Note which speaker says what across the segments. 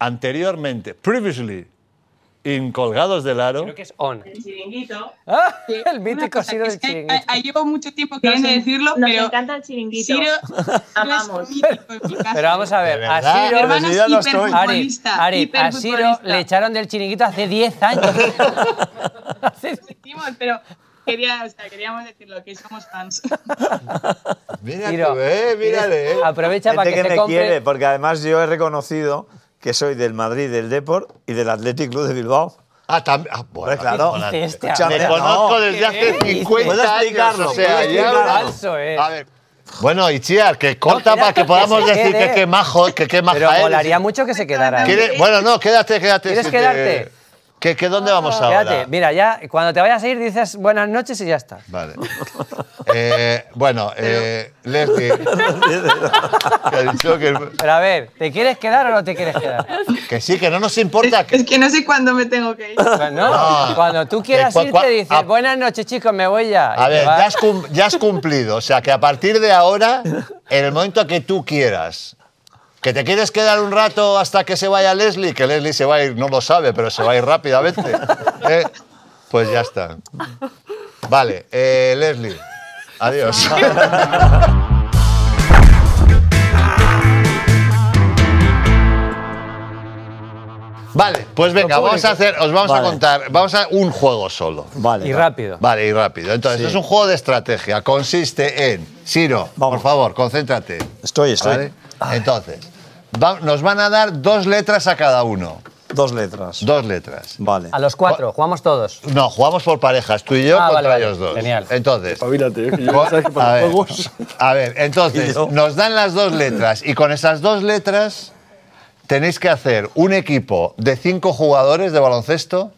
Speaker 1: Anteriormente, previously, en Colgados del Aro,
Speaker 2: Creo que es on.
Speaker 3: El chiringuito.
Speaker 4: ¡Ah!
Speaker 3: Sí,
Speaker 4: El
Speaker 3: Una
Speaker 4: mítico
Speaker 3: cosa
Speaker 4: Ciro
Speaker 3: que
Speaker 4: del
Speaker 3: es que
Speaker 4: chiringuito.
Speaker 3: a- a- Llevo mucho tiempo queriendo decirlo,
Speaker 5: Nos
Speaker 3: pero
Speaker 5: encanta el chiringuito.
Speaker 3: Ciro no es
Speaker 5: Amamos.
Speaker 3: un mítico en mi casa.
Speaker 4: Pero vamos a
Speaker 1: De
Speaker 4: ver, a
Speaker 1: verdad,
Speaker 4: Ciro,
Speaker 1: de
Speaker 3: Hermano es
Speaker 1: verdad no estoy.
Speaker 3: hiperfutbolista.
Speaker 4: Ari, Ari, a Ciro
Speaker 3: hiperfutbolista.
Speaker 4: le echaron del chiringuito hace 10 años. Hace-
Speaker 3: Decimos, pero quería, o sea, queríamos decirlo, que somos fans.
Speaker 1: Mira
Speaker 4: Ciro,
Speaker 1: tú, eh, mírale. eh.
Speaker 4: aprovecha
Speaker 6: Gente
Speaker 4: para que
Speaker 6: que,
Speaker 4: se
Speaker 6: me
Speaker 4: compre-
Speaker 1: pues,
Speaker 6: quiere, porque además yo he reconocido que soy del Madrid, del Deport y del Athletic Club de Bilbao.
Speaker 1: Ah, también. ah, bueno,
Speaker 6: Hombre, claro.
Speaker 1: hola.
Speaker 4: Pues Dice este,
Speaker 6: Escúchame,
Speaker 1: Me
Speaker 4: hombre,
Speaker 1: conozco
Speaker 6: no.
Speaker 1: desde hace
Speaker 4: ¿Qué dices?
Speaker 1: 50
Speaker 6: Puedes
Speaker 1: años.
Speaker 6: explicarlo,
Speaker 1: O sea,
Speaker 6: puedes
Speaker 1: ya
Speaker 6: explicarlo.
Speaker 4: Falso, eh.
Speaker 1: A ver. Bueno, Itziar, que corta
Speaker 4: No,
Speaker 1: para que
Speaker 4: quédate,
Speaker 1: podamos
Speaker 4: que se
Speaker 1: decir que
Speaker 4: quede.
Speaker 1: qué majo, que qué maja
Speaker 4: Pero
Speaker 1: eres.
Speaker 4: molaría mucho que se quedara. ¿eh?
Speaker 1: ¿Quiere- Bueno, no, quédate, quédate.
Speaker 4: ¿Quieres
Speaker 1: si te-
Speaker 4: quedarte?
Speaker 1: ¿Que, que dónde vamos ahora?
Speaker 4: Quédate, mira, ya cuando te vayas a ir dices buenas noches y ya está.
Speaker 1: Vale. Eh, bueno, eh, Leslie. que ha dicho que,
Speaker 4: Pero a ver, ¿te quieres quedar o no te quieres quedar?
Speaker 1: que sí, que no nos importa.
Speaker 3: Es
Speaker 1: Que,
Speaker 3: que no sé cuándo me tengo que ir.
Speaker 4: Pues no,
Speaker 1: No.
Speaker 4: cuando tú quieras
Speaker 1: Eh, cua-
Speaker 4: irte
Speaker 1: cua-
Speaker 4: dices
Speaker 1: a-
Speaker 4: buenas noches chicos, me voy ya. Y
Speaker 1: a
Speaker 4: te
Speaker 1: ver,
Speaker 4: vas.
Speaker 1: ya has, cum- ya has cumplido. O sea, que a partir de ahora, en el momento que tú quieras, que te quieres quedar un rato hasta que se vaya Leslie, que Leslie se va a ir, no lo sabe, pero se va a ir rápidamente. eh, pues ya está. Vale, eh, Leslie. Adiós. Vale, pues venga, vamos a hacer, os vamos
Speaker 6: Vale.
Speaker 1: a contar, vamos a un juego solo.
Speaker 6: Vale.
Speaker 4: Y rápido.
Speaker 1: Vale, y rápido. Entonces,
Speaker 6: Sí.
Speaker 1: es un juego de estrategia. Consiste en. Ciro, por favor, concéntrate.
Speaker 6: Estoy, estoy.
Speaker 1: ¿Vale? Entonces, va- nos van a dar dos letras a cada uno.
Speaker 6: Dos letras.
Speaker 1: Dos letras.
Speaker 6: Vale.
Speaker 4: A los cuatro, jugamos todos.
Speaker 1: No, jugamos por parejas, tú y yo
Speaker 4: Ah,
Speaker 1: contra
Speaker 4: vale, vale.
Speaker 1: ellos dos.
Speaker 4: Genial.
Speaker 1: Entonces.
Speaker 7: Espabilate, eh, que yo
Speaker 1: co-
Speaker 7: ya sabes que
Speaker 1: a,
Speaker 7: para
Speaker 1: ver,
Speaker 7: los juegos.
Speaker 1: a ver, entonces,
Speaker 6: Y yo.
Speaker 1: nos dan las dos letras y con esas dos letras tenéis que hacer un equipo de cinco jugadores de baloncesto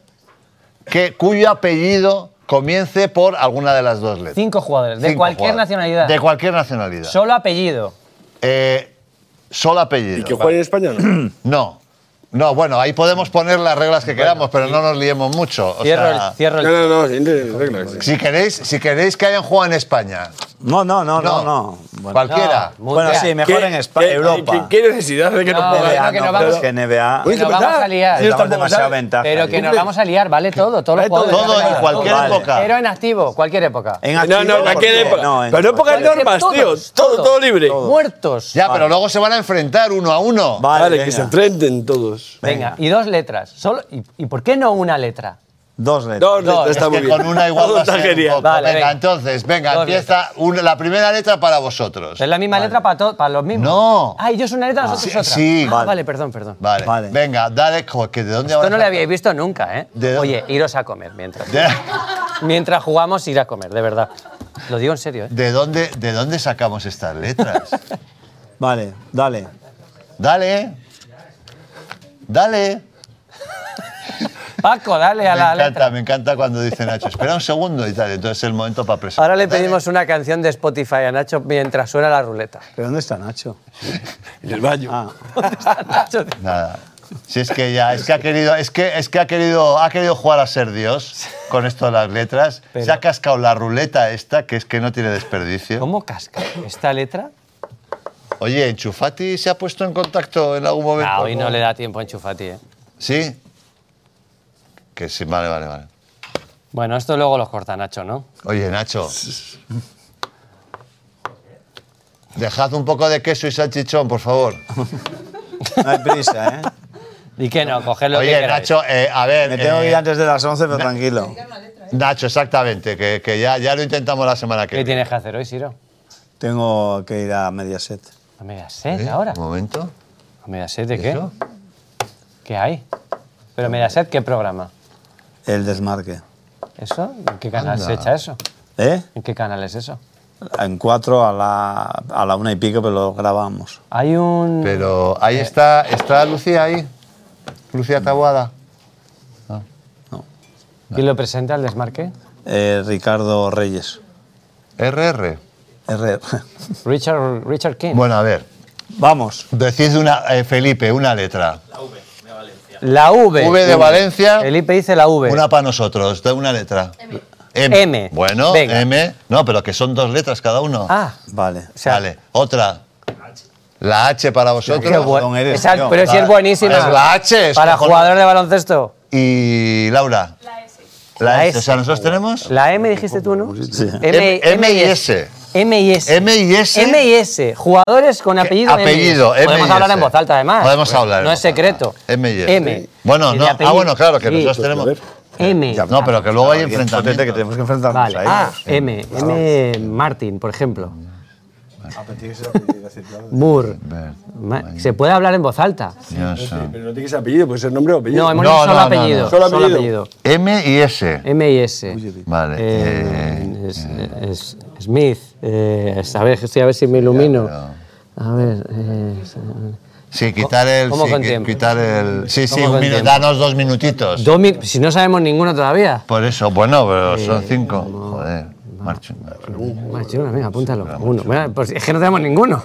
Speaker 1: que, cuyo apellido comience por alguna de las dos letras.
Speaker 4: Cinco jugadores, de
Speaker 1: Cinco
Speaker 4: cualquier
Speaker 1: jugadores.
Speaker 4: nacionalidad.
Speaker 1: De cualquier nacionalidad.
Speaker 4: Solo apellido.
Speaker 1: Eh, solo apellido.
Speaker 7: ¿Y que juegue en España? no?
Speaker 1: No. No, bueno, ahí podemos poner las reglas que queramos, pero no nos liemos mucho. O
Speaker 4: Cierro
Speaker 1: sea,
Speaker 4: el, cierro el-
Speaker 7: No, no, no, siguiente regla. sí.
Speaker 1: si queréis, si queréis que hayan jugado en España,
Speaker 6: No, no, no, no, no. Bueno,
Speaker 1: cualquiera.
Speaker 4: No,
Speaker 6: Bueno,
Speaker 4: mundial.
Speaker 6: sí, mejor
Speaker 7: ¿Qué-
Speaker 6: en España,
Speaker 7: qué-
Speaker 6: Europa.
Speaker 7: ¿Qué, qué necesidad de que
Speaker 4: No,
Speaker 7: nos pongan?
Speaker 4: no,
Speaker 6: NBA,
Speaker 4: que
Speaker 6: no,
Speaker 4: nos
Speaker 6: pero
Speaker 4: vamos-
Speaker 6: es que NBA.
Speaker 4: Uy,
Speaker 7: Oye,
Speaker 4: nos
Speaker 7: que
Speaker 4: vamos
Speaker 7: pensaba-
Speaker 4: a liar.
Speaker 7: Ellos
Speaker 6: Estamos
Speaker 7: tampoco
Speaker 6: demasiado
Speaker 7: saben.
Speaker 6: ventaja.
Speaker 4: Pero que
Speaker 6: ahí.
Speaker 4: nos vamos a liar, vale todo, todos los
Speaker 7: Vale,
Speaker 4: jugadores.
Speaker 7: todo,
Speaker 4: de la
Speaker 1: Todo en
Speaker 4: liga.
Speaker 1: cualquier
Speaker 6: Vale.
Speaker 1: época.
Speaker 4: Pero en activo, cualquier época.
Speaker 6: En
Speaker 7: No, no,
Speaker 6: activo,
Speaker 7: ¿a qué
Speaker 6: ¿por qué?
Speaker 7: época?
Speaker 6: No, en-
Speaker 7: Pero no pongan
Speaker 4: Porque
Speaker 7: normas,
Speaker 4: todos,
Speaker 7: tío. Todo,
Speaker 4: todos.
Speaker 7: todo libre.
Speaker 4: Muertos.
Speaker 1: Ya, pero luego se van a enfrentar uno a uno.
Speaker 6: Vale,
Speaker 7: Vale, que
Speaker 6: venga.
Speaker 7: se enfrenten todos.
Speaker 4: Venga, y dos letras. Solo, y, y por qué no una letra?
Speaker 6: Dos letras.
Speaker 4: Dos.
Speaker 7: Dos, letras,
Speaker 1: Es
Speaker 7: está muy
Speaker 1: que
Speaker 7: bien.
Speaker 1: con una igual
Speaker 7: Todo
Speaker 1: va a
Speaker 7: está
Speaker 1: ser un
Speaker 7: genial.
Speaker 1: poco.
Speaker 4: Vale,
Speaker 1: venga,
Speaker 4: venga.
Speaker 1: entonces, venga,
Speaker 4: Dos
Speaker 1: empieza una- la primera letra para vosotros.
Speaker 4: Es la misma letra para, to- para los mismos.
Speaker 1: No.
Speaker 4: Ah, ellos una letra, nosotros
Speaker 1: Sí,
Speaker 4: otra.
Speaker 1: sí.
Speaker 4: Ah,
Speaker 1: Vale.
Speaker 4: vale. perdón, perdón.
Speaker 1: Vale.
Speaker 6: Vale.
Speaker 1: Venga, dale, jo, que de dónde
Speaker 4: Esto
Speaker 1: ahora
Speaker 4: no lo
Speaker 1: saca-
Speaker 4: habíais visto nunca, ¿eh?
Speaker 1: ¿De dónde?
Speaker 4: Oye, iros a comer mientras.
Speaker 1: De,
Speaker 4: Mientras jugamos, ir a comer, de verdad. Lo digo en serio, ¿eh?
Speaker 1: de dónde, ¿De dónde sacamos estas letras?
Speaker 6: Vale, dale.
Speaker 1: Dale. Dale.
Speaker 4: Paco, dale a
Speaker 1: me
Speaker 4: la
Speaker 1: encanta,
Speaker 4: letra.
Speaker 1: me encanta cuando dice Nacho, espera un segundo y tal. Entonces es el momento para presentar.
Speaker 4: Ahora le pedimos una canción de Spotify a Nacho mientras suena la ruleta.
Speaker 6: ¿Pero dónde está Nacho?
Speaker 7: En el baño.
Speaker 6: Ah,
Speaker 4: Nacho,
Speaker 1: Nada. Si es que ya, es que ha querido, es que, es que ha querido, ha querido jugar a ser Dios con esto de las letras. Se ha cascado la ruleta esta, que es que no tiene desperdicio.
Speaker 4: ¿Cómo casca esta letra?
Speaker 1: Oye, ¿Enchufati se ha puesto en contacto en algún momento?
Speaker 4: Ah, hoy no
Speaker 1: con-
Speaker 4: le da tiempo a enchufati, ¿eh?
Speaker 1: ¿Sí? Que sí, vale, vale, vale.
Speaker 4: Bueno, esto luego lo corta Nacho, ¿no?
Speaker 1: Oye, Nacho. Dejad un poco de queso y salchichón, por favor.
Speaker 6: No hay prisa, ¿eh?
Speaker 4: Y que no, cogerlo que
Speaker 1: Oye,
Speaker 4: queráis.
Speaker 1: Nacho, eh, a ver.
Speaker 6: Me tengo que
Speaker 1: eh,
Speaker 6: ir antes de las 11, pero tranquilo.
Speaker 1: Nacho, exactamente, que, que ya, ya lo intentamos la semana que
Speaker 4: ¿Qué
Speaker 1: viene.
Speaker 4: tienes que hacer hoy, Siro?
Speaker 6: Tengo que ir a Mediaset.
Speaker 4: ¿A media sed
Speaker 1: ¿Eh?
Speaker 4: ahora?
Speaker 1: Un momento.
Speaker 4: ¿A media sed de qué?
Speaker 1: ¿Eso?
Speaker 4: ¿Qué hay? ¿Pero media sed qué programa?
Speaker 6: El desmarque.
Speaker 4: ¿Eso? ¿En qué canal
Speaker 1: Anda.
Speaker 4: se echa eso?
Speaker 6: ¿Eh?
Speaker 4: ¿En qué canal es eso?
Speaker 6: en cuatro a la, a la una y pico, pero lo grabamos.
Speaker 4: Hay un.
Speaker 1: Pero
Speaker 4: Eh.
Speaker 1: ahí está, está Lucía ahí. Lucía Tabuada.
Speaker 4: ¿Quién lo presenta al desmarque?
Speaker 6: Eh, Ricardo Reyes.
Speaker 1: RR.
Speaker 6: RR.
Speaker 4: Richard, Richard King.
Speaker 1: Bueno, a ver.
Speaker 6: Vamos.
Speaker 1: Decid una, eh, Felipe, una letra.
Speaker 4: La V.
Speaker 1: V de Valencia.
Speaker 4: Felipe dice la V.
Speaker 1: Una para nosotros, da una letra. M.
Speaker 4: M.
Speaker 1: Bueno,
Speaker 4: Venga.
Speaker 1: M. No, pero que son dos letras cada uno.
Speaker 4: Ah,
Speaker 6: Vale.
Speaker 4: o sea,
Speaker 1: vale, otra. La H para vosotros.
Speaker 4: qué bueno.
Speaker 6: don eres,
Speaker 4: Esa-
Speaker 6: tío.
Speaker 4: pero si
Speaker 1: La-
Speaker 4: es buenísima.
Speaker 1: es la H, es
Speaker 4: Para
Speaker 1: mejor.
Speaker 4: jugador de baloncesto.
Speaker 1: Y Laura.
Speaker 3: La S.
Speaker 1: La,
Speaker 4: La
Speaker 1: S. O sea, nosotros tenemos
Speaker 4: La M dijiste tú, ¿no?
Speaker 6: Sí.
Speaker 1: M, M y S.
Speaker 4: M y S.
Speaker 1: M y S.
Speaker 4: M y S. Jugadores con apellido. M y S.
Speaker 1: Apellido, M
Speaker 4: Podemos
Speaker 1: y
Speaker 4: hablar
Speaker 1: S.
Speaker 4: en voz alta, además. Pues
Speaker 1: Podemos hablar en
Speaker 4: No es
Speaker 1: voz alta.
Speaker 4: secreto.
Speaker 1: M y S.
Speaker 4: M.
Speaker 1: Bueno,
Speaker 4: Y de
Speaker 1: no, ah,
Speaker 4: apellido.
Speaker 1: bueno, claro, que nosotros
Speaker 7: A ver.
Speaker 1: tenemos.
Speaker 4: M.
Speaker 1: No, pero que luego hay enfrentamiento.
Speaker 6: Enfócate que tenemos que enfrentarnos
Speaker 4: Vale.
Speaker 6: a
Speaker 4: Ah,
Speaker 6: ellos.
Speaker 4: M. M. Martin, por ejemplo. Moore. Ma- Se puede hablar en voz alta.
Speaker 1: Dios, ah.
Speaker 7: Pero no tiene que ser apellido, puede ser nombre o apellido.
Speaker 4: No, hemos
Speaker 1: No,
Speaker 4: dicho
Speaker 1: no,
Speaker 4: solo
Speaker 1: no,
Speaker 4: apellido.
Speaker 1: no.
Speaker 7: Solo apellido.
Speaker 1: M y S.
Speaker 4: M y S.
Speaker 1: Vale. eh,
Speaker 4: Eh, es- es- Smith. eh, es- a ver, estoy a ver si me ilumino. A ver. eh, es-
Speaker 1: sí, quitar el.
Speaker 4: ¿Cómo
Speaker 1: sí,
Speaker 4: con
Speaker 1: qui-
Speaker 4: tiempo?
Speaker 1: quitar el. Sí, sí,
Speaker 4: ¿Cómo
Speaker 1: un
Speaker 4: con
Speaker 1: minuto.
Speaker 4: tiempo?
Speaker 1: Danos dos minutitos.
Speaker 4: dos mil- si no sabemos ninguno todavía.
Speaker 1: Por eso, bueno, pero
Speaker 4: Eh,
Speaker 1: son cinco. Joder. Marcho.
Speaker 4: Marchuna, venga, apúntalo. Uno. Mira, pues es que no tenemos ninguno.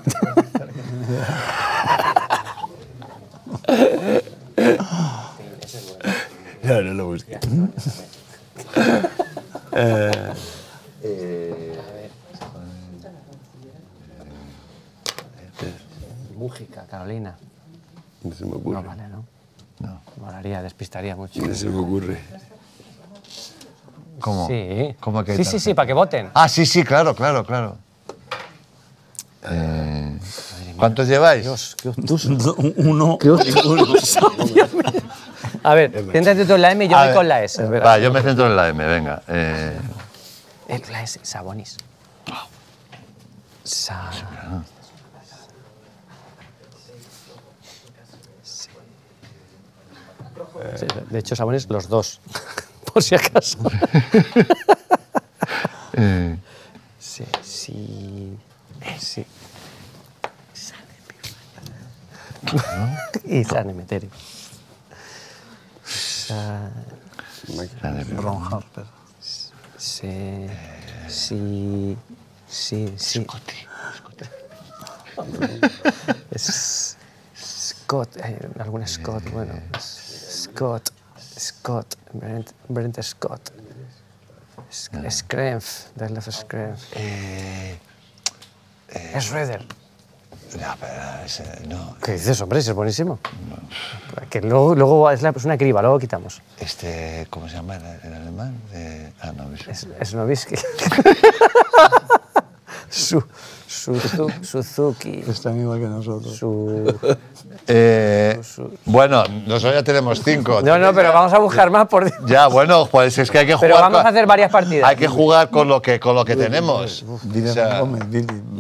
Speaker 7: No, no lo busques.
Speaker 4: Mújica, Carolina.
Speaker 7: No se me
Speaker 4: No,
Speaker 7: ocurre.
Speaker 4: vale, ¿no? No. Molaría, despistaría mucho.
Speaker 7: No se me ocurre.
Speaker 1: ¿Cómo?
Speaker 4: Sí.
Speaker 1: ¿Cómo que
Speaker 4: sí, sí, sí, para que voten.
Speaker 1: Ah, sí, sí, claro, claro, claro. Eh, ¿Cuántos lleváis?
Speaker 6: Uno.
Speaker 4: A ver, céntrate tú en la M y yo
Speaker 1: A
Speaker 4: voy
Speaker 1: ver.
Speaker 4: con la S. Espera.
Speaker 1: Va, yo me centro en la M, venga. Eh,
Speaker 4: Eh, La S, Sabonis. Sa... Sí. Sí, De hecho, Sabonis los dos, por si acaso.
Speaker 1: eh,
Speaker 4: Sí, sí. Sí. Y San Emeterio. Sa-
Speaker 6: Ron Harper.
Speaker 4: Sí. Sí. Sí, sí. Es- Scott. hay algún Scott, bueno. es- Scott. Scott. Brent, Brent Scott. Sc- Screnf. Douglas Screnf.
Speaker 1: Eh,
Speaker 4: Es Redder.
Speaker 1: no, pero ese, no,
Speaker 4: ¿Qué dices, hombre? Si es buenísimo. Que luego, luego es, la, es una criba, luego quitamos.
Speaker 1: este, ¿cómo se llama el, el alemán? Eh, ah, no, es-
Speaker 4: Es, es Novisky. Su, Suzu- Suzuki.
Speaker 6: Están igual que nosotros.
Speaker 4: Su...
Speaker 1: Eh, bueno, nosotros ya tenemos cinco.
Speaker 4: No, no, pero vamos a buscar más por.
Speaker 1: Ya, bueno, pues es que hay que jugar.
Speaker 4: Pero vamos
Speaker 1: con-
Speaker 4: a hacer varias partidas.
Speaker 1: Hay que jugar con lo que, con lo que tenemos. O sea,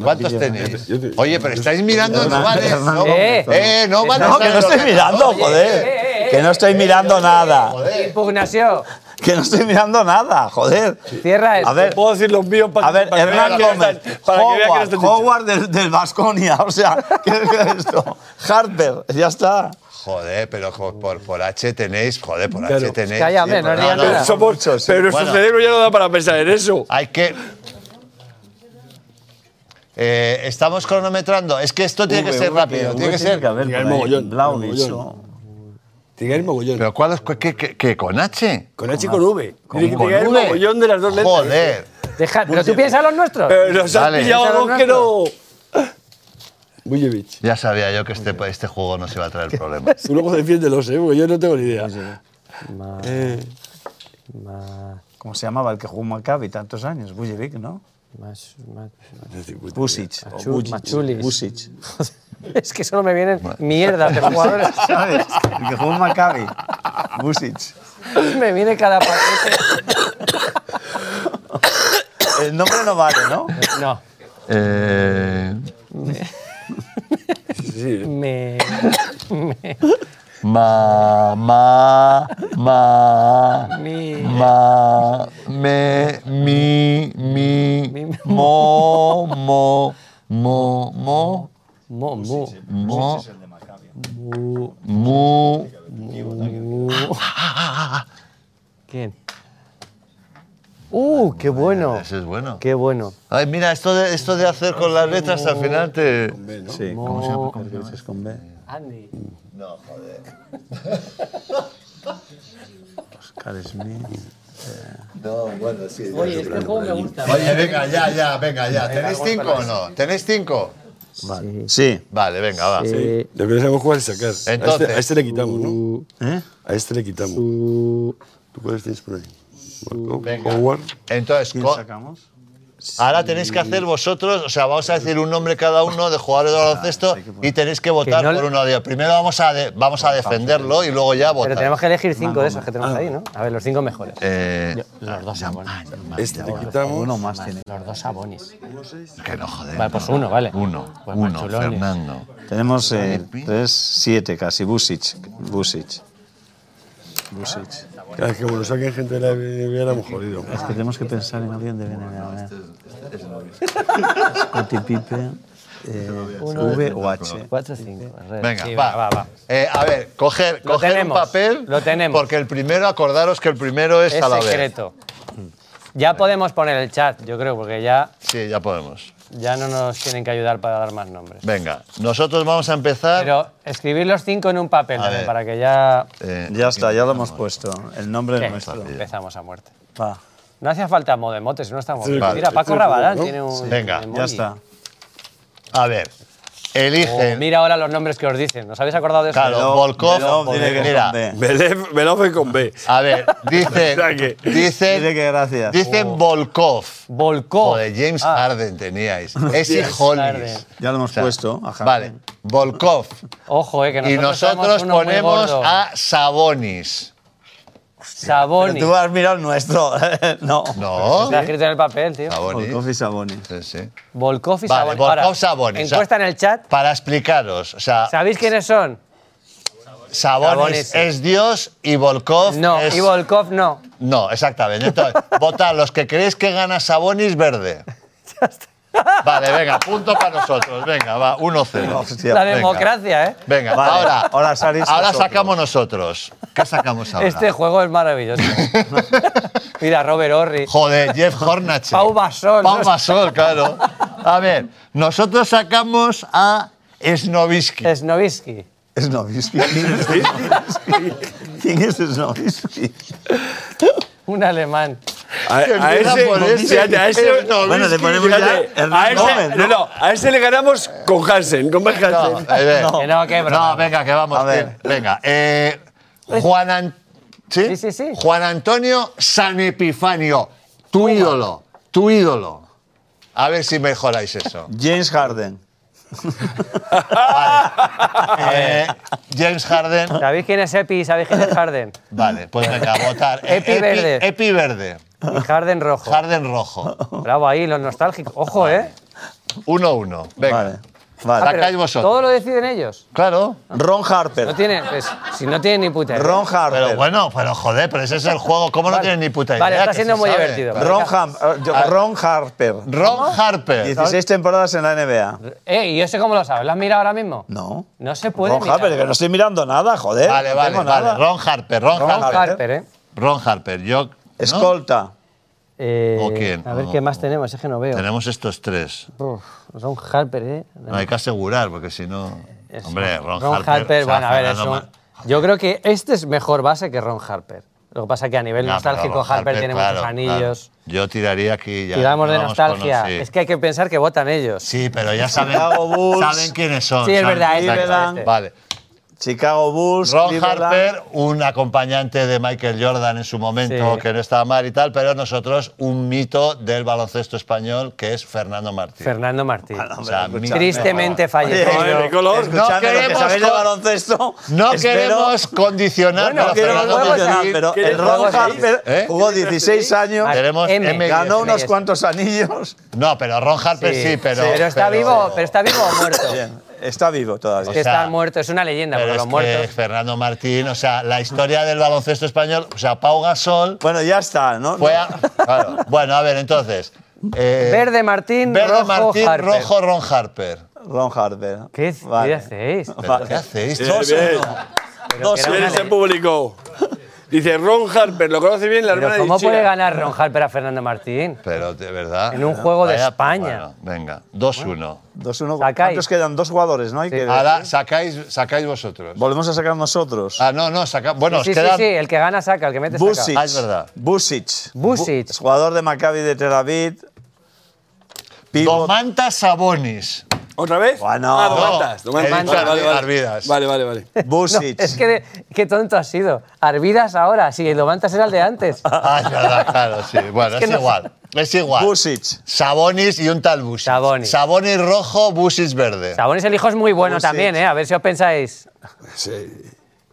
Speaker 1: ¿Cuántos tenéis?
Speaker 7: Yo te-
Speaker 1: Oye, pero estáis mirando, no vale. No,
Speaker 4: Eh.
Speaker 1: eh, no vale.
Speaker 6: No, que no estoy mirando, joder. Que no estoy mirando nada.
Speaker 4: Impugnación.
Speaker 6: Que no estoy mirando nada, joder.
Speaker 4: Cierra esto.
Speaker 6: A ver,
Speaker 7: Puedo decir los míos para
Speaker 6: A ver,
Speaker 7: para que
Speaker 6: Hernán
Speaker 7: vean que no
Speaker 6: Gómez,
Speaker 7: están- para que vean que no
Speaker 6: Howard,
Speaker 7: están dichos.
Speaker 6: Howard del, del Baskonia, o sea, ¿qué es esto? Harper, ya está.
Speaker 1: Joder, pero jo- por, por H tenéis, joder, por
Speaker 7: Claro.
Speaker 1: H tenéis.
Speaker 4: pues,
Speaker 1: pues,
Speaker 4: Calla, hombre, no digas nada.
Speaker 7: Somos
Speaker 6: muchos, sí.
Speaker 7: Pero nuestro
Speaker 1: Bueno.
Speaker 7: cerebro ya no da para pensar en eso.
Speaker 1: Hay que. Eh, estamos cronometrando. Es que esto tiene que ser rápido. Tiene que ser.
Speaker 6: haber
Speaker 7: Tiene el
Speaker 6: por ahí,
Speaker 7: mogollón,
Speaker 6: Blaunis,
Speaker 7: el mogollón.
Speaker 6: ¿no?
Speaker 7: Tiene el mogollón.
Speaker 1: ¿Pero cuál es? ¿Qué, qué- qué- con H?
Speaker 7: Con H y con V. Tiene que
Speaker 1: Con
Speaker 7: tirar el
Speaker 1: V.
Speaker 7: mogollón de las dos letras.
Speaker 1: Joder.
Speaker 4: Deja, pero tú piensas los nuestros.
Speaker 7: Pero nos Eh, has
Speaker 1: Dale.
Speaker 7: pillado algo que no. Bujevic.
Speaker 1: Ya sabía yo que este, este juego nos iba a traer problemas.
Speaker 7: Tú luego defiéndelos, ¿eh? Porque yo no tengo ni idea. Eh,
Speaker 4: Ma- ma-
Speaker 6: ¿Cómo se llamaba el que jugó en Maccabi tantos años? Bujevic, ¿no?
Speaker 4: mas- ma-
Speaker 6: Pusic. o
Speaker 4: Machu-
Speaker 6: Bujic,
Speaker 4: Machulis.
Speaker 6: Pusic.
Speaker 4: Es que solo me vienen mierdas de jugadores.
Speaker 6: ¿Sabes? El que jugó en Maccabi. Busic.
Speaker 4: me viene cada partido.
Speaker 6: El nombre no vale, ¿no?
Speaker 4: No.
Speaker 1: Eh,
Speaker 7: Sí, sí.
Speaker 4: Me. me-
Speaker 1: Ma,
Speaker 6: Ah,
Speaker 1: ma, ma,
Speaker 4: Mi.
Speaker 1: ma, me, mi, mi,
Speaker 4: Mi.
Speaker 1: mo, mo, mo, mo,
Speaker 4: Mo, mo,
Speaker 1: mo, mu,
Speaker 4: ¿Quién? ¡Uh, qué bueno!
Speaker 1: Ese es bueno.
Speaker 4: ¡Qué bueno!
Speaker 1: Ay, mira, esto de, esto de hacer con las letras al final te...
Speaker 6: Sí.
Speaker 4: Mo,
Speaker 7: con B.
Speaker 4: Andy.
Speaker 6: Oscar Smith.
Speaker 1: No, bueno, sí.
Speaker 4: Oye, este juego me gusta.
Speaker 1: Oye, venga, ya, ya, venga, ya. ¿Tenéis cinco o no? ¿Tenéis cinco?
Speaker 4: Vale.
Speaker 6: Sí.
Speaker 1: Vale, venga, va.
Speaker 4: Eh,
Speaker 7: Le pensamos cuál sacar. a,
Speaker 1: Entonces.
Speaker 7: este, a este le quitamos, ¿no?
Speaker 6: ¿Eh?
Speaker 7: A este le quitamos.
Speaker 4: uh,
Speaker 7: ¿Tú cuáles tienes por ahí? Marco,
Speaker 1: Venga.
Speaker 7: Howard.
Speaker 1: Entonces,
Speaker 6: ¿Quién
Speaker 1: co-
Speaker 6: sacamos?
Speaker 1: ahora tenéis que hacer vosotros, o sea, vamos a decir un nombre cada uno de jugadores de baloncesto y tenéis Ah, que votar
Speaker 4: Que no le-
Speaker 1: por uno de ellos. Primero vamos a, de- vamos a defenderlo y luego ya
Speaker 4: pero
Speaker 1: votar.
Speaker 4: tenemos que elegir cinco de esos que tenemos ahí, ¿no? A ver, los cinco mejores.
Speaker 1: Eh,
Speaker 4: Los dos sabones.
Speaker 7: Este le quitamos.
Speaker 4: más tiene. Los dos sabones.
Speaker 1: que no, joder.
Speaker 4: Vale, pues
Speaker 1: no.
Speaker 4: uno, vale.
Speaker 1: Eh, Uno,
Speaker 4: Pues
Speaker 1: uno,
Speaker 4: machulones.
Speaker 1: Fernando.
Speaker 6: Tenemos eh,
Speaker 1: Smith.
Speaker 6: tres, siete casi. Busic. Busic. Busic.
Speaker 7: Claro, es que como lo saquen gente de la NBA, la hemos jodido.
Speaker 6: Es que tenemos que pensar en alguien de BNB. Scottie Pippen. eh, V o H.
Speaker 4: Cuatro, cinco. Red.
Speaker 1: Venga,
Speaker 4: Sí,
Speaker 1: va.
Speaker 4: va, va.
Speaker 1: Eh, a ver, coger,
Speaker 4: Lo
Speaker 1: coger
Speaker 4: tenemos,
Speaker 1: un papel.
Speaker 4: lo tenemos.
Speaker 1: Porque el primero, acordaros que el primero es,
Speaker 4: Es
Speaker 1: a la vez.
Speaker 4: secreto. Ya podemos poner el chat, yo creo, porque ya,
Speaker 1: Sí, ya podemos.
Speaker 4: ya no nos tienen que ayudar para dar más nombres.
Speaker 1: Venga, nosotros vamos a empezar.
Speaker 4: Pero escribir los cinco en un papel,
Speaker 1: A
Speaker 4: también,
Speaker 1: ver.
Speaker 4: para que ya
Speaker 1: Eh,
Speaker 6: Ya está, ya lo hemos puesto. El nombre
Speaker 4: ¿Qué?
Speaker 6: es nuestro.
Speaker 4: empezamos a muerte.
Speaker 6: Va,
Speaker 4: No hacía falta modemotes, si no estamos.
Speaker 7: Sí,
Speaker 4: bien.
Speaker 1: vale.
Speaker 4: Mira, Paco
Speaker 7: Sí,
Speaker 4: Rabadán
Speaker 7: ¿no?
Speaker 4: tiene un.
Speaker 1: Venga,
Speaker 4: un emoji.
Speaker 6: ya está.
Speaker 1: A ver,
Speaker 4: Oh,
Speaker 1: eligen.
Speaker 4: mira ahora los nombres que os dicen. ¿Os habéis acordado de eso?
Speaker 1: Claro.
Speaker 6: Velov-
Speaker 1: Volkov,
Speaker 6: Velov dice que es
Speaker 1: mira.
Speaker 6: con B.
Speaker 7: Belef, Belofe con B.
Speaker 1: A ver, dicen.
Speaker 7: O sea que-
Speaker 6: Dice
Speaker 1: dicen,
Speaker 6: que gracias.
Speaker 1: dicen Volkov.
Speaker 4: Volcó.
Speaker 1: Joder, James
Speaker 4: Oh. Ah,
Speaker 1: Harden teníais. Ese
Speaker 4: Harden.
Speaker 1: Hollis.
Speaker 6: Ya lo hemos
Speaker 1: O sea,
Speaker 6: puesto. ajá.
Speaker 1: Vale, Volkov.
Speaker 4: Ojo, eh, que
Speaker 1: Y
Speaker 4: nosotros,
Speaker 1: nosotros
Speaker 4: somos uno muy
Speaker 1: ponemos
Speaker 4: gordo.
Speaker 1: a Sabonis.
Speaker 6: Pero
Speaker 4: Saboni.
Speaker 6: tú has mirado el nuestro. no.
Speaker 1: No,
Speaker 4: Está escrito en el papel, tío.
Speaker 1: Sabonis.
Speaker 6: Volkov y Sabonis.
Speaker 1: Sí, sí.
Speaker 4: Volkov y
Speaker 1: Vale,
Speaker 4: Sabonis.
Speaker 1: Volkov,
Speaker 4: Ahora,
Speaker 1: Sabonis, o sea-
Speaker 4: Encuesta en el chat.
Speaker 1: Para explicaros, o sea,
Speaker 4: ¿Sabéis quiénes son?
Speaker 1: Sabonis
Speaker 4: Sabonis, sí.
Speaker 1: es Dios y Volkov
Speaker 4: No,
Speaker 1: es.
Speaker 4: y Volkov no.
Speaker 1: No, exactamente. Entonces, votad los que creéis que gana Sabonis verde. Vale, venga, punto para nosotros. Venga, va, 1-0.
Speaker 6: Hostia.
Speaker 4: La
Speaker 1: venga.
Speaker 4: democracia, ¿eh?
Speaker 1: Venga,
Speaker 6: Vale,
Speaker 1: ahora,
Speaker 6: ahora salís
Speaker 1: ahora
Speaker 6: vosotros.
Speaker 1: sacamos nosotros. ¿Qué sacamos ahora?
Speaker 4: Este juego es maravilloso. Mira, Robert Horry.
Speaker 1: Joder, Jeff Hornacek.
Speaker 4: Pau Gasol,
Speaker 1: Pau
Speaker 4: ¿no?
Speaker 1: Gasol, claro. A ver, nosotros sacamos a Snovisky.
Speaker 4: Eh, Snovisky.
Speaker 6: Snovisky. ¿Quién es Snovisky?
Speaker 4: Un alemán.
Speaker 7: A, a
Speaker 1: empieza
Speaker 7: ese,
Speaker 1: por este. ese.
Speaker 7: fíjate, a ese,
Speaker 1: No,
Speaker 6: Bueno, le ponemos ya
Speaker 7: fíjate,
Speaker 6: Hernán
Speaker 7: a ese,
Speaker 6: Gómez, ¿no?
Speaker 7: ¿no? no, a ese le ganamos con Hansen, con Mark
Speaker 1: No,
Speaker 7: Hansen.
Speaker 1: a ver.
Speaker 4: Que no, que broma.
Speaker 1: No, venga, que vamos.
Speaker 6: A ver.
Speaker 1: bien. Venga. eh, Juan, An- ¿sí?
Speaker 4: Sí, sí, sí.
Speaker 1: Juan Antonio San Epifanio, tu ídolo, tu ídolo. A ver si mejoráis eso.
Speaker 6: James Harden.
Speaker 1: Eh, James Harden.
Speaker 4: ¿Sabéis quién es Epi y sabéis quién es Harden?
Speaker 1: Vale, pues venga, a votar. Eh,
Speaker 4: Epi verde.
Speaker 1: Epi verde.
Speaker 4: Y Harden rojo.
Speaker 1: Harden rojo.
Speaker 4: Bravo ahí, los nostálgicos. Ojo, ¿eh?
Speaker 1: 1-1. Uno, uno. Venga.
Speaker 6: Vale. Vale.
Speaker 1: Ah, Sacáis vosotros.
Speaker 4: Todo lo deciden ellos.
Speaker 1: Claro.
Speaker 6: Ron
Speaker 4: No
Speaker 6: Harper.
Speaker 4: tienen, pues, si no tienen ni puta idea. ¿eh?
Speaker 6: Ron Harper.
Speaker 1: Pero bueno, pero joder, pero ese es el juego. ¿Cómo no
Speaker 4: Vale.
Speaker 1: tienen ni puta idea?
Speaker 4: Vale, está
Speaker 1: que
Speaker 4: siendo
Speaker 1: se
Speaker 4: muy
Speaker 1: sabe?
Speaker 4: divertido.
Speaker 6: Ron, Ham- eh, yo- Ron Harper.
Speaker 1: Ron Harper.
Speaker 6: 16 temporadas en la NBA.
Speaker 4: Eh, ¿y eso cómo lo sabes? ¿Lo has mirado ahora mismo?
Speaker 6: No.
Speaker 4: No se puede
Speaker 6: Ron
Speaker 4: mirar.
Speaker 6: Harper, que no estoy mirando nada, joder.
Speaker 1: Vale,
Speaker 6: no
Speaker 1: vale,
Speaker 6: tengo
Speaker 1: vale.
Speaker 6: nada.
Speaker 1: Ron Harper, Ron,
Speaker 6: Ron
Speaker 4: Ron
Speaker 1: Harper.
Speaker 4: Harper, ¿eh?
Speaker 1: Ron Harper, yo. ¿no?
Speaker 6: Escolta.
Speaker 4: Eh,
Speaker 1: ¿O quién?
Speaker 4: A ver
Speaker 1: O-
Speaker 4: qué más tenemos, es que no veo.
Speaker 1: Tenemos estos tres.
Speaker 4: Uf, Ron Harper, ¿eh?
Speaker 1: No, hay que asegurar, porque si no.
Speaker 4: Es-
Speaker 1: Hombre, Ron, Harper.
Speaker 4: Harper,
Speaker 1: o sea,
Speaker 4: bueno, a ver, es
Speaker 1: Fernando
Speaker 4: un-
Speaker 1: Ma-
Speaker 4: Yo creo que este es mejor base que Ron Harper. Lo que pasa es que a nivel
Speaker 1: Ya, pero
Speaker 4: nostálgico
Speaker 1: Ron
Speaker 4: Harper, tiene
Speaker 1: claro,
Speaker 4: muchos anillos.
Speaker 1: claro. Yo tiraría aquí ya.
Speaker 4: Tiramos de
Speaker 1: vamos con los-
Speaker 4: nostalgia.
Speaker 1: sí.
Speaker 4: Es que hay que pensar que votan ellos.
Speaker 1: Sí, pero ya saben,
Speaker 6: Chicago Bulls.
Speaker 1: saben quiénes son.
Speaker 4: Sí, es
Speaker 1: saben-
Speaker 4: verdad, es
Speaker 1: Exacto.
Speaker 6: verdad, este.
Speaker 1: Vale.
Speaker 6: Chicago Bulls.
Speaker 1: Ron
Speaker 6: Cleveland.
Speaker 1: Harper, un acompañante de Michael Jordan en su momento,
Speaker 4: Sí.
Speaker 1: que no estaba mal y tal, pero nosotros un mito del baloncesto español, que es Fernando Martín.
Speaker 4: Fernando Martín.
Speaker 1: O sea,
Speaker 6: Hombre,
Speaker 1: mi-
Speaker 4: Tristemente fallecido.
Speaker 7: Oye, de color.
Speaker 6: Escuchando
Speaker 1: No
Speaker 6: lo que
Speaker 1: queremos
Speaker 6: sabéis de
Speaker 1: co-
Speaker 6: baloncesto.
Speaker 1: No
Speaker 6: espero-
Speaker 1: queremos condicionar
Speaker 4: Bueno,
Speaker 1: a
Speaker 6: No queremos
Speaker 1: Fernando
Speaker 4: juegos
Speaker 6: condicionar,
Speaker 1: Martín.
Speaker 6: pero el
Speaker 7: ¿Quieres
Speaker 6: Ron
Speaker 4: juegos ahí?
Speaker 6: Harper
Speaker 1: ¿Eh?
Speaker 6: jugó 16 años,
Speaker 4: Vale.
Speaker 1: Tenemos
Speaker 4: M.
Speaker 1: M.
Speaker 6: ganó unos
Speaker 4: Sí.
Speaker 6: cuantos anillos.
Speaker 1: No, pero Ron Harper sí, pero.
Speaker 4: está vivo, pero está vivo o muerto.
Speaker 6: Bien. Está vivo todavía.
Speaker 1: O
Speaker 4: que
Speaker 1: sea,
Speaker 4: están muertos, es una leyenda,
Speaker 1: Pero
Speaker 4: porque
Speaker 1: es
Speaker 4: los
Speaker 1: que
Speaker 4: muertos.
Speaker 1: Fernando Martín, o sea, la historia del baloncesto español, o sea, Pau Gasol
Speaker 6: Bueno, ya está, ¿no?
Speaker 1: fue a- claro. Bueno, a ver, entonces. eh,
Speaker 4: Verde Martín,
Speaker 1: Verde
Speaker 4: rojo
Speaker 1: Martín,
Speaker 4: Harper.
Speaker 1: rojo Ron Harper.
Speaker 6: Ron Harper.
Speaker 4: ¿Qué,
Speaker 6: Vale.
Speaker 4: ¿Qué hacéis?
Speaker 1: ¿Pero
Speaker 6: Vale.
Speaker 1: ¿Qué hacéis?
Speaker 7: Bien,
Speaker 1: todos?
Speaker 7: bien.
Speaker 4: Pero que era
Speaker 7: Bien,
Speaker 4: una
Speaker 7: ese
Speaker 4: ley-
Speaker 7: público. Dice Ron Harper, lo conoce bien la
Speaker 4: Pero
Speaker 7: hermana de
Speaker 4: ¿Cómo
Speaker 7: Ichira.
Speaker 4: puede ganar Ron Harper a Fernando Martín?
Speaker 1: Pero de verdad.
Speaker 4: En un juego de
Speaker 1: Vaya- pues,
Speaker 4: España.
Speaker 1: bueno, venga, 2-1.
Speaker 6: 2-1.
Speaker 4: Sacáis.
Speaker 6: ¿Cuántos quedan? Dos jugadores, ¿no? Hay que-
Speaker 1: Ahora sacáis, sacáis vosotros.
Speaker 6: Volvemos a sacar nosotros.
Speaker 1: Ah, no, no, saca. Bueno,
Speaker 4: Sí,
Speaker 1: os
Speaker 4: sí,
Speaker 1: quedan.
Speaker 4: sí, el que gana saca, el que mete
Speaker 6: Busic.
Speaker 4: saca.
Speaker 1: Ah, es verdad.
Speaker 6: Busic.
Speaker 4: Busic.
Speaker 6: Bu- Jugador de Maccabi de Tel Aviv. Pivot.
Speaker 1: Domantas Sabonis.
Speaker 7: ¿Otra vez?
Speaker 6: Bueno.
Speaker 7: ah,
Speaker 6: No,
Speaker 7: Domantas, Domantas.
Speaker 1: he dicho
Speaker 7: Vale, vale, vale.
Speaker 1: Arvidas.
Speaker 7: Vale, vale, vale.
Speaker 4: No,
Speaker 6: Busic.
Speaker 4: es que de- qué tonto has sido. Arvidas ahora, sí, el Domantas era el de antes.
Speaker 1: Ah, es verdad, claro, sí. Bueno, es,
Speaker 4: que no-
Speaker 1: igual. Es igual.
Speaker 6: Busic.
Speaker 1: Sabonis y un tal Busis.
Speaker 4: Sabonis.
Speaker 1: Sabonis rojo, Busis verde.
Speaker 4: Sabonis el hijo es muy bueno
Speaker 6: Busic.
Speaker 4: también, ¿eh? A ver si os pensáis.
Speaker 7: Sí.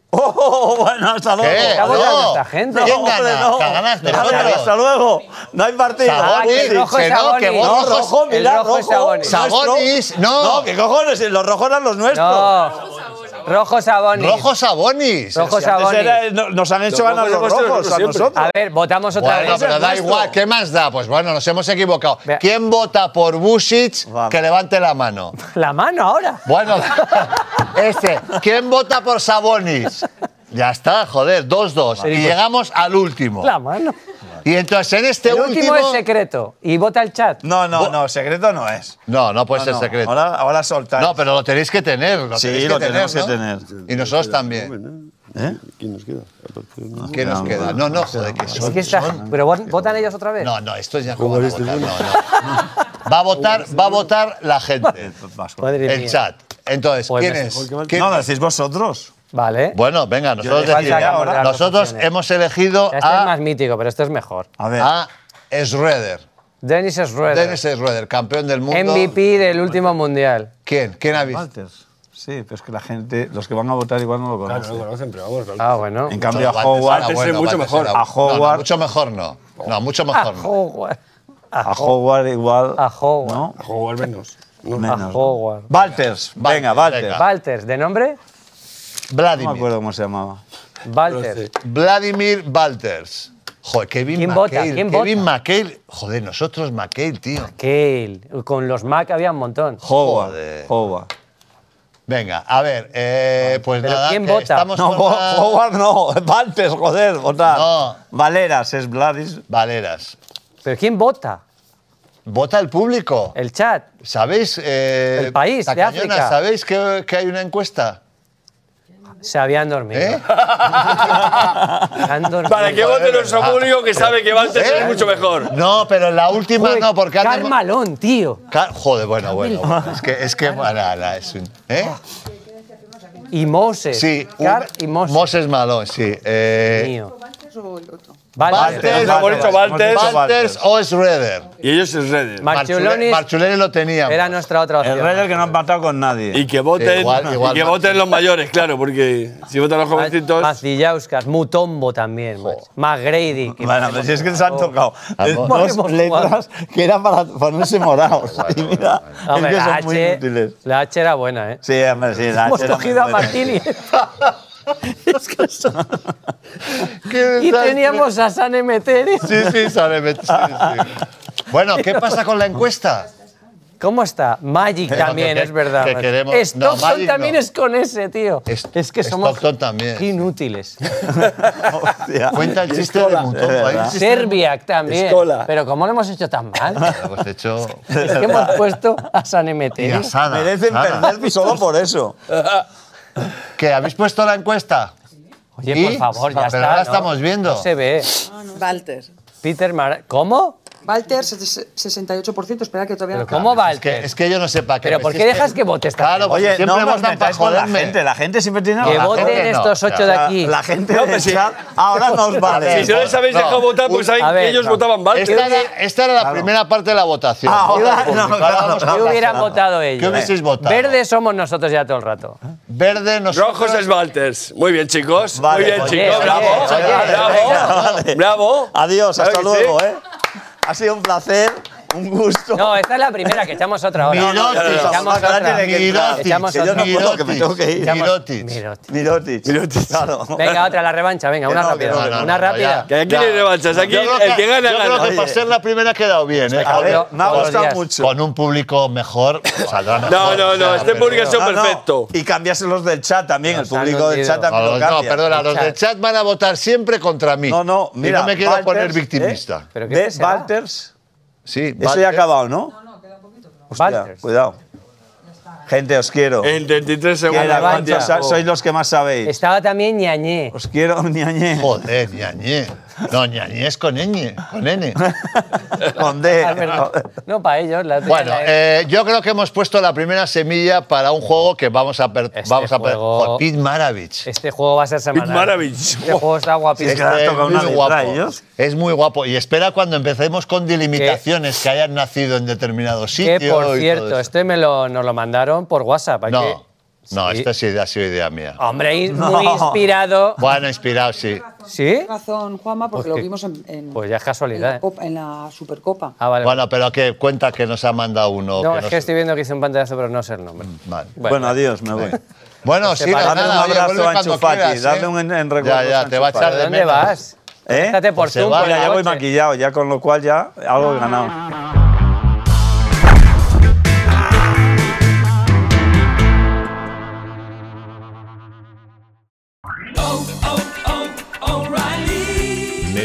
Speaker 6: Oh, oh, oh, bueno, hasta luego.
Speaker 1: ¿Qué?
Speaker 4: Estamos
Speaker 1: No.
Speaker 4: nuestra gente.
Speaker 1: ¿Quién
Speaker 6: hombre,
Speaker 1: gana?
Speaker 6: no.
Speaker 1: ¿Que ganaste
Speaker 6: Hasta-
Speaker 1: vosotros?
Speaker 6: Hasta luego. No hay partido.
Speaker 1: Ah,
Speaker 4: que el
Speaker 1: Sabonis,
Speaker 4: rojo es
Speaker 1: que no, que
Speaker 4: Sabonis.
Speaker 1: vos
Speaker 6: No,
Speaker 1: rojos-
Speaker 6: rojo,
Speaker 4: el
Speaker 6: mirá,
Speaker 4: rojo es
Speaker 6: rojo.
Speaker 4: Sabonis.
Speaker 6: Nuestro.
Speaker 1: Sabonis, no.
Speaker 6: No, ¿qué cojones? Los rojos eran los nuestros.
Speaker 4: No. Rojo Sabonis.
Speaker 1: Rojo Sabonis.
Speaker 4: Rojo
Speaker 6: Si antes
Speaker 4: Sabonis.
Speaker 6: era- no- nos han hecho
Speaker 7: Los
Speaker 6: ganar
Speaker 7: rojos
Speaker 6: los
Speaker 7: hemos sido
Speaker 6: rojos a
Speaker 7: siempre.
Speaker 6: nosotros.
Speaker 4: A ver, votamos otra
Speaker 1: Bueno,
Speaker 4: vez.
Speaker 1: pero da
Speaker 6: nuestro.
Speaker 1: igual, ¿qué más da? Pues bueno, nos hemos equivocado.
Speaker 4: Vea.
Speaker 1: ¿Quién vota por Busic?
Speaker 6: Vamos.
Speaker 1: Que levante la mano.
Speaker 4: La mano ahora.
Speaker 1: Bueno, ese. ¿Quién vota por Sabonis? Ya está, joder, 2-2.
Speaker 4: pues.
Speaker 1: Y llegamos al último.
Speaker 4: La mano.
Speaker 1: Y entonces en este
Speaker 4: El último
Speaker 1: último.
Speaker 4: es secreto. Y vota el chat.
Speaker 6: No, no, no, secreto no es.
Speaker 1: No, no puede
Speaker 6: Ah, No,
Speaker 1: ser
Speaker 6: no,
Speaker 1: secreto.
Speaker 6: Ahora, ahora soltáis.
Speaker 1: No, pero lo tenéis que tener. Lo
Speaker 6: Sí,
Speaker 1: tenéis que
Speaker 6: lo
Speaker 1: tener,
Speaker 6: tenemos que
Speaker 1: ¿no?
Speaker 6: tener.
Speaker 1: Y nosotros también.
Speaker 7: Bueno,
Speaker 6: ¿Eh?
Speaker 7: ¿Quién nos queda? A partir de-
Speaker 1: ¿Qué nos queda? No, no, joder, que
Speaker 4: Es
Speaker 1: son-
Speaker 4: que este- está- Pero vo- votan ellos otra vez.
Speaker 1: No, no, esto ya como van a votar. No, no. Va a votar, va a votar la gente,
Speaker 6: Vasco.
Speaker 4: Madre
Speaker 1: el
Speaker 4: mía.
Speaker 1: chat. Entonces,
Speaker 4: Pues
Speaker 1: ¿quién
Speaker 4: me-
Speaker 1: es?
Speaker 7: mal-
Speaker 1: ¿Quién-
Speaker 6: No, lo decís vosotros.
Speaker 4: Vale.
Speaker 1: Bueno, venga, nosotros
Speaker 6: Yo-
Speaker 1: decidimos.
Speaker 6: Falta que
Speaker 4: abordar las
Speaker 1: Nosotros
Speaker 4: opciones.
Speaker 1: hemos elegido
Speaker 4: Este es
Speaker 1: a,
Speaker 4: más mítico, pero este es mejor.
Speaker 6: A ver.
Speaker 1: a Schroeder.
Speaker 4: Dennis Schroeder.
Speaker 1: Dennis Schroeder, campeón del mundo.
Speaker 4: MVP del último mundial.
Speaker 1: ¿Quién? ¿Quién ha visto?
Speaker 6: Walters. Sí, pero es que la gente, los que van a votar igual no lo
Speaker 7: Claro, no
Speaker 6: conocen.
Speaker 7: lo conocen, pero vamos. vale.
Speaker 4: Ah, bueno.
Speaker 6: En cambio,
Speaker 1: No,
Speaker 6: a
Speaker 1: Walters
Speaker 6: Howard,
Speaker 1: era
Speaker 7: Walters es mucho
Speaker 1: Walters
Speaker 7: mejor.
Speaker 1: era-
Speaker 6: A
Speaker 1: No, no,
Speaker 6: Howard.
Speaker 1: mucho mejor no. No, mucho
Speaker 4: A
Speaker 1: mejor no.
Speaker 4: Ah, Howard.
Speaker 6: a Howard igual.
Speaker 4: A Howard.
Speaker 6: ¿No?
Speaker 7: A jugar menos. No,
Speaker 6: Menos.
Speaker 4: A Howard.
Speaker 6: Walters. Venga, Walters.
Speaker 1: venga.
Speaker 4: Walters, ¿de nombre?
Speaker 6: No me
Speaker 1: Vladimir.
Speaker 6: acuerdo cómo se llamaba.
Speaker 4: Walters.
Speaker 7: Sí.
Speaker 1: Vladimir Walters. Joder, Kevin
Speaker 4: ¿Quién vota?
Speaker 1: McHale.
Speaker 4: ¿Quién
Speaker 1: Kevin
Speaker 4: vota?
Speaker 1: McHale. Joder, nosotros McHale, tío.
Speaker 4: Kale. Con los Mac había un montón.
Speaker 6: Howard.
Speaker 1: Joder.
Speaker 6: Howard.
Speaker 1: Venga, a ver, eh, pues
Speaker 4: ¿Pero
Speaker 1: nada,
Speaker 4: quién
Speaker 1: que
Speaker 4: vota?
Speaker 1: estamos
Speaker 6: No,
Speaker 1: con
Speaker 6: Ho-
Speaker 1: las
Speaker 6: Howard no. Walters, joder, votar.
Speaker 1: No.
Speaker 6: Valeras es Vladis.
Speaker 1: Valeras.
Speaker 4: ¿Pero quién vota?
Speaker 1: Vota el público.
Speaker 4: El chat.
Speaker 1: ¿Sabéis? eh,
Speaker 4: El país de
Speaker 1: Tacañona,
Speaker 4: África.
Speaker 1: ¿Sabéis que, que hay una encuesta?
Speaker 4: Se habían dormido.
Speaker 1: ¿Eh?
Speaker 4: Se han dormido.
Speaker 7: Para que vote nuestro
Speaker 1: Ah.
Speaker 7: público que sabe que Valtes
Speaker 1: ¿Eh?
Speaker 7: es mucho mejor.
Speaker 1: No, pero la última
Speaker 4: Joder,
Speaker 1: no, porque han demo-
Speaker 4: Carmalón, tío.
Speaker 1: Car- Joder, bueno, bueno. bueno, Es que, es que, nada, nada, es un- ¿eh?
Speaker 4: Y Moses.
Speaker 1: Sí, un-
Speaker 4: Car Ah, y Moses.
Speaker 1: Moses Malone, sí. Eh,
Speaker 4: Mío.
Speaker 8: o el otro?
Speaker 4: Walters.
Speaker 1: Walters.
Speaker 7: Hemos dicho Walters.
Speaker 6: Hemos dicho
Speaker 1: Walters o Schroeder.
Speaker 7: Y ellos es redes.
Speaker 4: Ma- Marchulonis-
Speaker 1: Marchuleni lo tenía.
Speaker 4: Era nuestra otra
Speaker 6: El
Speaker 4: opción.
Speaker 6: Raider que no han matado con nadie.
Speaker 7: Y que voten,
Speaker 1: Igual- igual
Speaker 7: y que
Speaker 1: March-
Speaker 7: voten los mayores, claro, porque si votan los jovencitos.
Speaker 4: Macillauskas, Mutombo también. macho. McGrady. que-
Speaker 6: Bueno, pero si es que se han tocado
Speaker 1: Ah,
Speaker 6: dos
Speaker 4: hemos
Speaker 6: letras que era para ponerse morados. Y mira, es
Speaker 4: Hombre,
Speaker 6: que
Speaker 4: la
Speaker 6: son muy
Speaker 4: H,
Speaker 6: inútiles.
Speaker 4: la H era buena, ¿eh?
Speaker 6: Sí, hombre, sí. la
Speaker 4: Hemos
Speaker 6: H era muy
Speaker 4: cogido a
Speaker 6: buena.
Speaker 4: Martini.
Speaker 1: Qué
Speaker 4: y
Speaker 1: desastre.
Speaker 4: teníamos a San Emeterio.
Speaker 1: Sí, sí, sale. me- sí, sí. Bueno, ¿qué pasa con la encuesta?
Speaker 4: ¿Cómo está? Magic
Speaker 1: Pero
Speaker 4: también,
Speaker 1: que-
Speaker 4: es verdad.
Speaker 1: que queremos- no,
Speaker 4: Stockton
Speaker 1: Magic
Speaker 4: también
Speaker 1: no.
Speaker 4: es con ese, tío.
Speaker 1: Es-
Speaker 4: es que somos
Speaker 1: Stockton también,
Speaker 4: qué
Speaker 1: sí.
Speaker 4: inútiles.
Speaker 6: Hostia.
Speaker 1: Cuenta el chiste de Mutombo.
Speaker 6: Es
Speaker 1: ahí.
Speaker 6: verdad.
Speaker 4: Serbia también.
Speaker 7: Escola.
Speaker 4: Pero ¿cómo lo hemos hecho tan mal?
Speaker 1: Hemos hecho.
Speaker 4: es que hemos puesto a San
Speaker 1: Y
Speaker 4: Emeterio.
Speaker 1: asada.
Speaker 6: Merecen
Speaker 1: Nada.
Speaker 6: perder pues solo por eso.
Speaker 1: ¿Que habéis puesto la encuesta?
Speaker 4: Oye,
Speaker 1: ¿Y?
Speaker 4: por favor, ya
Speaker 1: Pero
Speaker 4: está.
Speaker 1: ahora
Speaker 4: ¿no?
Speaker 1: estamos viendo.
Speaker 4: No se ve.
Speaker 9: Walter.
Speaker 4: Peter Mar... ¿Cómo?
Speaker 9: Walter, ses- 68%. Espera que todavía
Speaker 4: ¿Pero
Speaker 9: no.
Speaker 4: cómo va el
Speaker 1: Es que, es que yo no sé para qué.
Speaker 4: ¿Pero
Speaker 1: me
Speaker 4: por qué
Speaker 1: hiciste-
Speaker 4: dejas que vote esta
Speaker 1: Claro, porque
Speaker 6: Oye,
Speaker 1: siempre
Speaker 6: no
Speaker 1: hemos dado
Speaker 6: nos
Speaker 1: para
Speaker 6: metáis con la
Speaker 1: joderme.
Speaker 6: gente. La gente siempre tiene
Speaker 4: Que
Speaker 6: la
Speaker 4: voten
Speaker 1: gente no.
Speaker 4: estos ocho
Speaker 1: O sea,
Speaker 4: de
Speaker 6: La-
Speaker 4: aquí.
Speaker 6: La gente
Speaker 7: No,
Speaker 6: del
Speaker 7: pero sí.
Speaker 6: chat ahora nos vale.
Speaker 7: si no les habéis
Speaker 1: no.
Speaker 7: dejado votar, pues
Speaker 1: Un-
Speaker 7: saben
Speaker 4: a ver,
Speaker 7: que ellos
Speaker 4: no.
Speaker 7: votaban Valtes.
Speaker 1: Esta era, esta era la primera parte de la votación.
Speaker 6: Ah,
Speaker 1: Voto
Speaker 6: ahora no,
Speaker 1: público.
Speaker 6: claro,
Speaker 1: Ahora vamos
Speaker 6: claro.
Speaker 1: con
Speaker 4: ¿Qué
Speaker 1: la
Speaker 4: hubieran
Speaker 1: segunda.
Speaker 4: votado ellos?
Speaker 1: ¿Qué hubieseis votado?
Speaker 4: Verde somos nosotros ya todo el rato.
Speaker 1: Verde, nosotros.
Speaker 7: Rojos es Valters. Muy bien, chicos.
Speaker 6: Vale,
Speaker 7: Muy bien,
Speaker 6: oye,
Speaker 7: chicos.
Speaker 4: oye,
Speaker 7: bravo.
Speaker 4: oye,
Speaker 7: bravo.
Speaker 6: venga, vale.
Speaker 7: Bravo.
Speaker 6: Adiós,
Speaker 7: Claro
Speaker 6: hasta
Speaker 7: que sí.
Speaker 6: luego, ¿eh? Ha sido un placer. Un gusto.
Speaker 4: No, esta es la primera, que echamos otra ahora.
Speaker 1: Mirotic.
Speaker 4: Echamos
Speaker 6: Ahora
Speaker 4: otra.
Speaker 6: tiene que entrar.
Speaker 1: Mirotic.
Speaker 4: Echamos
Speaker 6: Que yo no puedo, que me tengo que ir.
Speaker 1: Mirotic. Mirotic.
Speaker 4: Mirotic.
Speaker 6: Mirotic. Mirotic. Claro.
Speaker 4: Venga, otra, la revancha, venga,
Speaker 6: Que
Speaker 4: una
Speaker 6: no, que
Speaker 4: rápida.
Speaker 6: no, que
Speaker 1: no,
Speaker 4: una
Speaker 1: no,
Speaker 4: rápida.
Speaker 1: ya.
Speaker 7: Que aquí no hay revanchas, aquí
Speaker 1: Yo creo
Speaker 7: el que gana,
Speaker 1: yo creo
Speaker 7: gana.
Speaker 1: que para
Speaker 6: Oye.
Speaker 1: ser la primera ha quedado bien. ¿eh?
Speaker 6: A ver,
Speaker 4: Pero-
Speaker 6: me ha
Speaker 4: todos
Speaker 6: gustado
Speaker 4: días.
Speaker 6: mucho.
Speaker 1: Con un público mejor saldrá mejor.
Speaker 7: No, no, no, este
Speaker 1: Pero-
Speaker 7: público es
Speaker 6: Ah, No, no,
Speaker 7: perfecto.
Speaker 6: Y cambias los del chat también, el
Speaker 4: Nos han
Speaker 6: público del
Speaker 4: hundido.
Speaker 6: chat
Speaker 1: A
Speaker 6: también
Speaker 1: los-
Speaker 6: lo
Speaker 1: no,
Speaker 6: cambia.
Speaker 1: perdona, los
Speaker 4: Chat.
Speaker 1: del chat van a votar siempre contra mí.
Speaker 6: No, no, mira.
Speaker 1: Y no me quiero
Speaker 6: Walters,
Speaker 1: poner
Speaker 6: ¿eh?
Speaker 1: victimista.
Speaker 4: ¿Pero qué
Speaker 6: ¿Ves,
Speaker 4: será?
Speaker 6: Walters?
Speaker 1: Sí,
Speaker 6: Eso ya ha
Speaker 1: Walters.
Speaker 6: acabado, ¿no? No, no, queda un poquito.
Speaker 4: Walters. Eh,
Speaker 6: cuidado. Gente, os quiero.
Speaker 7: En 33
Speaker 6: Que
Speaker 7: segundos.
Speaker 6: la
Speaker 4: revancha.
Speaker 6: mancha, sa- sois los que más sabéis.
Speaker 4: Estaba también ñañé.
Speaker 6: Os quiero, ñañé.
Speaker 1: Joder, ñañé. No, ñañé es con ñ, con n.
Speaker 6: Con D.
Speaker 4: Ah, No, para ellos. La otra
Speaker 1: Bueno,
Speaker 4: la-
Speaker 1: eh, yo creo que hemos puesto la primera semilla para un juego que vamos a per-
Speaker 4: Este
Speaker 1: vamos a per-
Speaker 4: juego-
Speaker 1: Joder, Pete Maravich.
Speaker 4: este juego va a ser semanal.
Speaker 7: Maravich.
Speaker 4: Este juego está guapísimo.
Speaker 6: Sí, claro.
Speaker 1: es
Speaker 6: toca
Speaker 1: muy
Speaker 6: una letra,
Speaker 1: guapo.
Speaker 6: ellos.
Speaker 1: Es muy guapo. Y espera cuando empecemos con delimitaciones que hayan nacido en determinado sitio.
Speaker 4: Que, por
Speaker 1: y todo
Speaker 4: cierto,
Speaker 1: eso.
Speaker 4: este me lo, nos lo mandaron por WhatsApp. hay que-
Speaker 1: No, no,
Speaker 4: Sí. Ah.
Speaker 1: esta sí ha sido idea mía.
Speaker 4: Hombre, in-
Speaker 6: No.
Speaker 4: muy inspirado.
Speaker 1: Bueno, inspirado, sí.
Speaker 4: ¿Sí?
Speaker 5: razón, Juanma, porque
Speaker 4: Pues
Speaker 5: lo
Speaker 4: que-
Speaker 5: vimos en, en-
Speaker 4: pues ya es
Speaker 5: en
Speaker 4: casualidad.
Speaker 5: la,
Speaker 4: ¿eh?
Speaker 5: Copa- en la Supercopa.
Speaker 4: Ah, vale.
Speaker 1: Bueno, pero que cuenta que nos ha mandado uno.
Speaker 4: no,
Speaker 1: que
Speaker 4: es
Speaker 1: no
Speaker 4: que
Speaker 1: sé-
Speaker 4: estoy viendo que hice un pantallazo, pero no sé el nombre.
Speaker 1: Vale.
Speaker 6: Bueno, adiós, me voy.
Speaker 1: Bueno, sí,
Speaker 4: Dame
Speaker 1: nada,
Speaker 6: un
Speaker 1: oye,
Speaker 6: abrazo
Speaker 1: vuelve
Speaker 6: a
Speaker 1: cuando
Speaker 6: Ansu Fati,
Speaker 1: quieras, ¿eh?
Speaker 6: dame un en- en recuerdo
Speaker 1: Ya, ya,
Speaker 6: a
Speaker 1: te va a
Speaker 6: Ansu
Speaker 1: echar
Speaker 6: Fati.
Speaker 1: de
Speaker 4: ¿Dónde
Speaker 1: menos.
Speaker 4: vas?
Speaker 6: ¿Eh?
Speaker 4: Quédate por
Speaker 1: Pues se
Speaker 4: Zoom.
Speaker 1: va.
Speaker 4: por
Speaker 6: Mira,
Speaker 4: el
Speaker 6: ya voy
Speaker 4: coche.
Speaker 6: maquillado, ya con lo cual ya algo he ganado.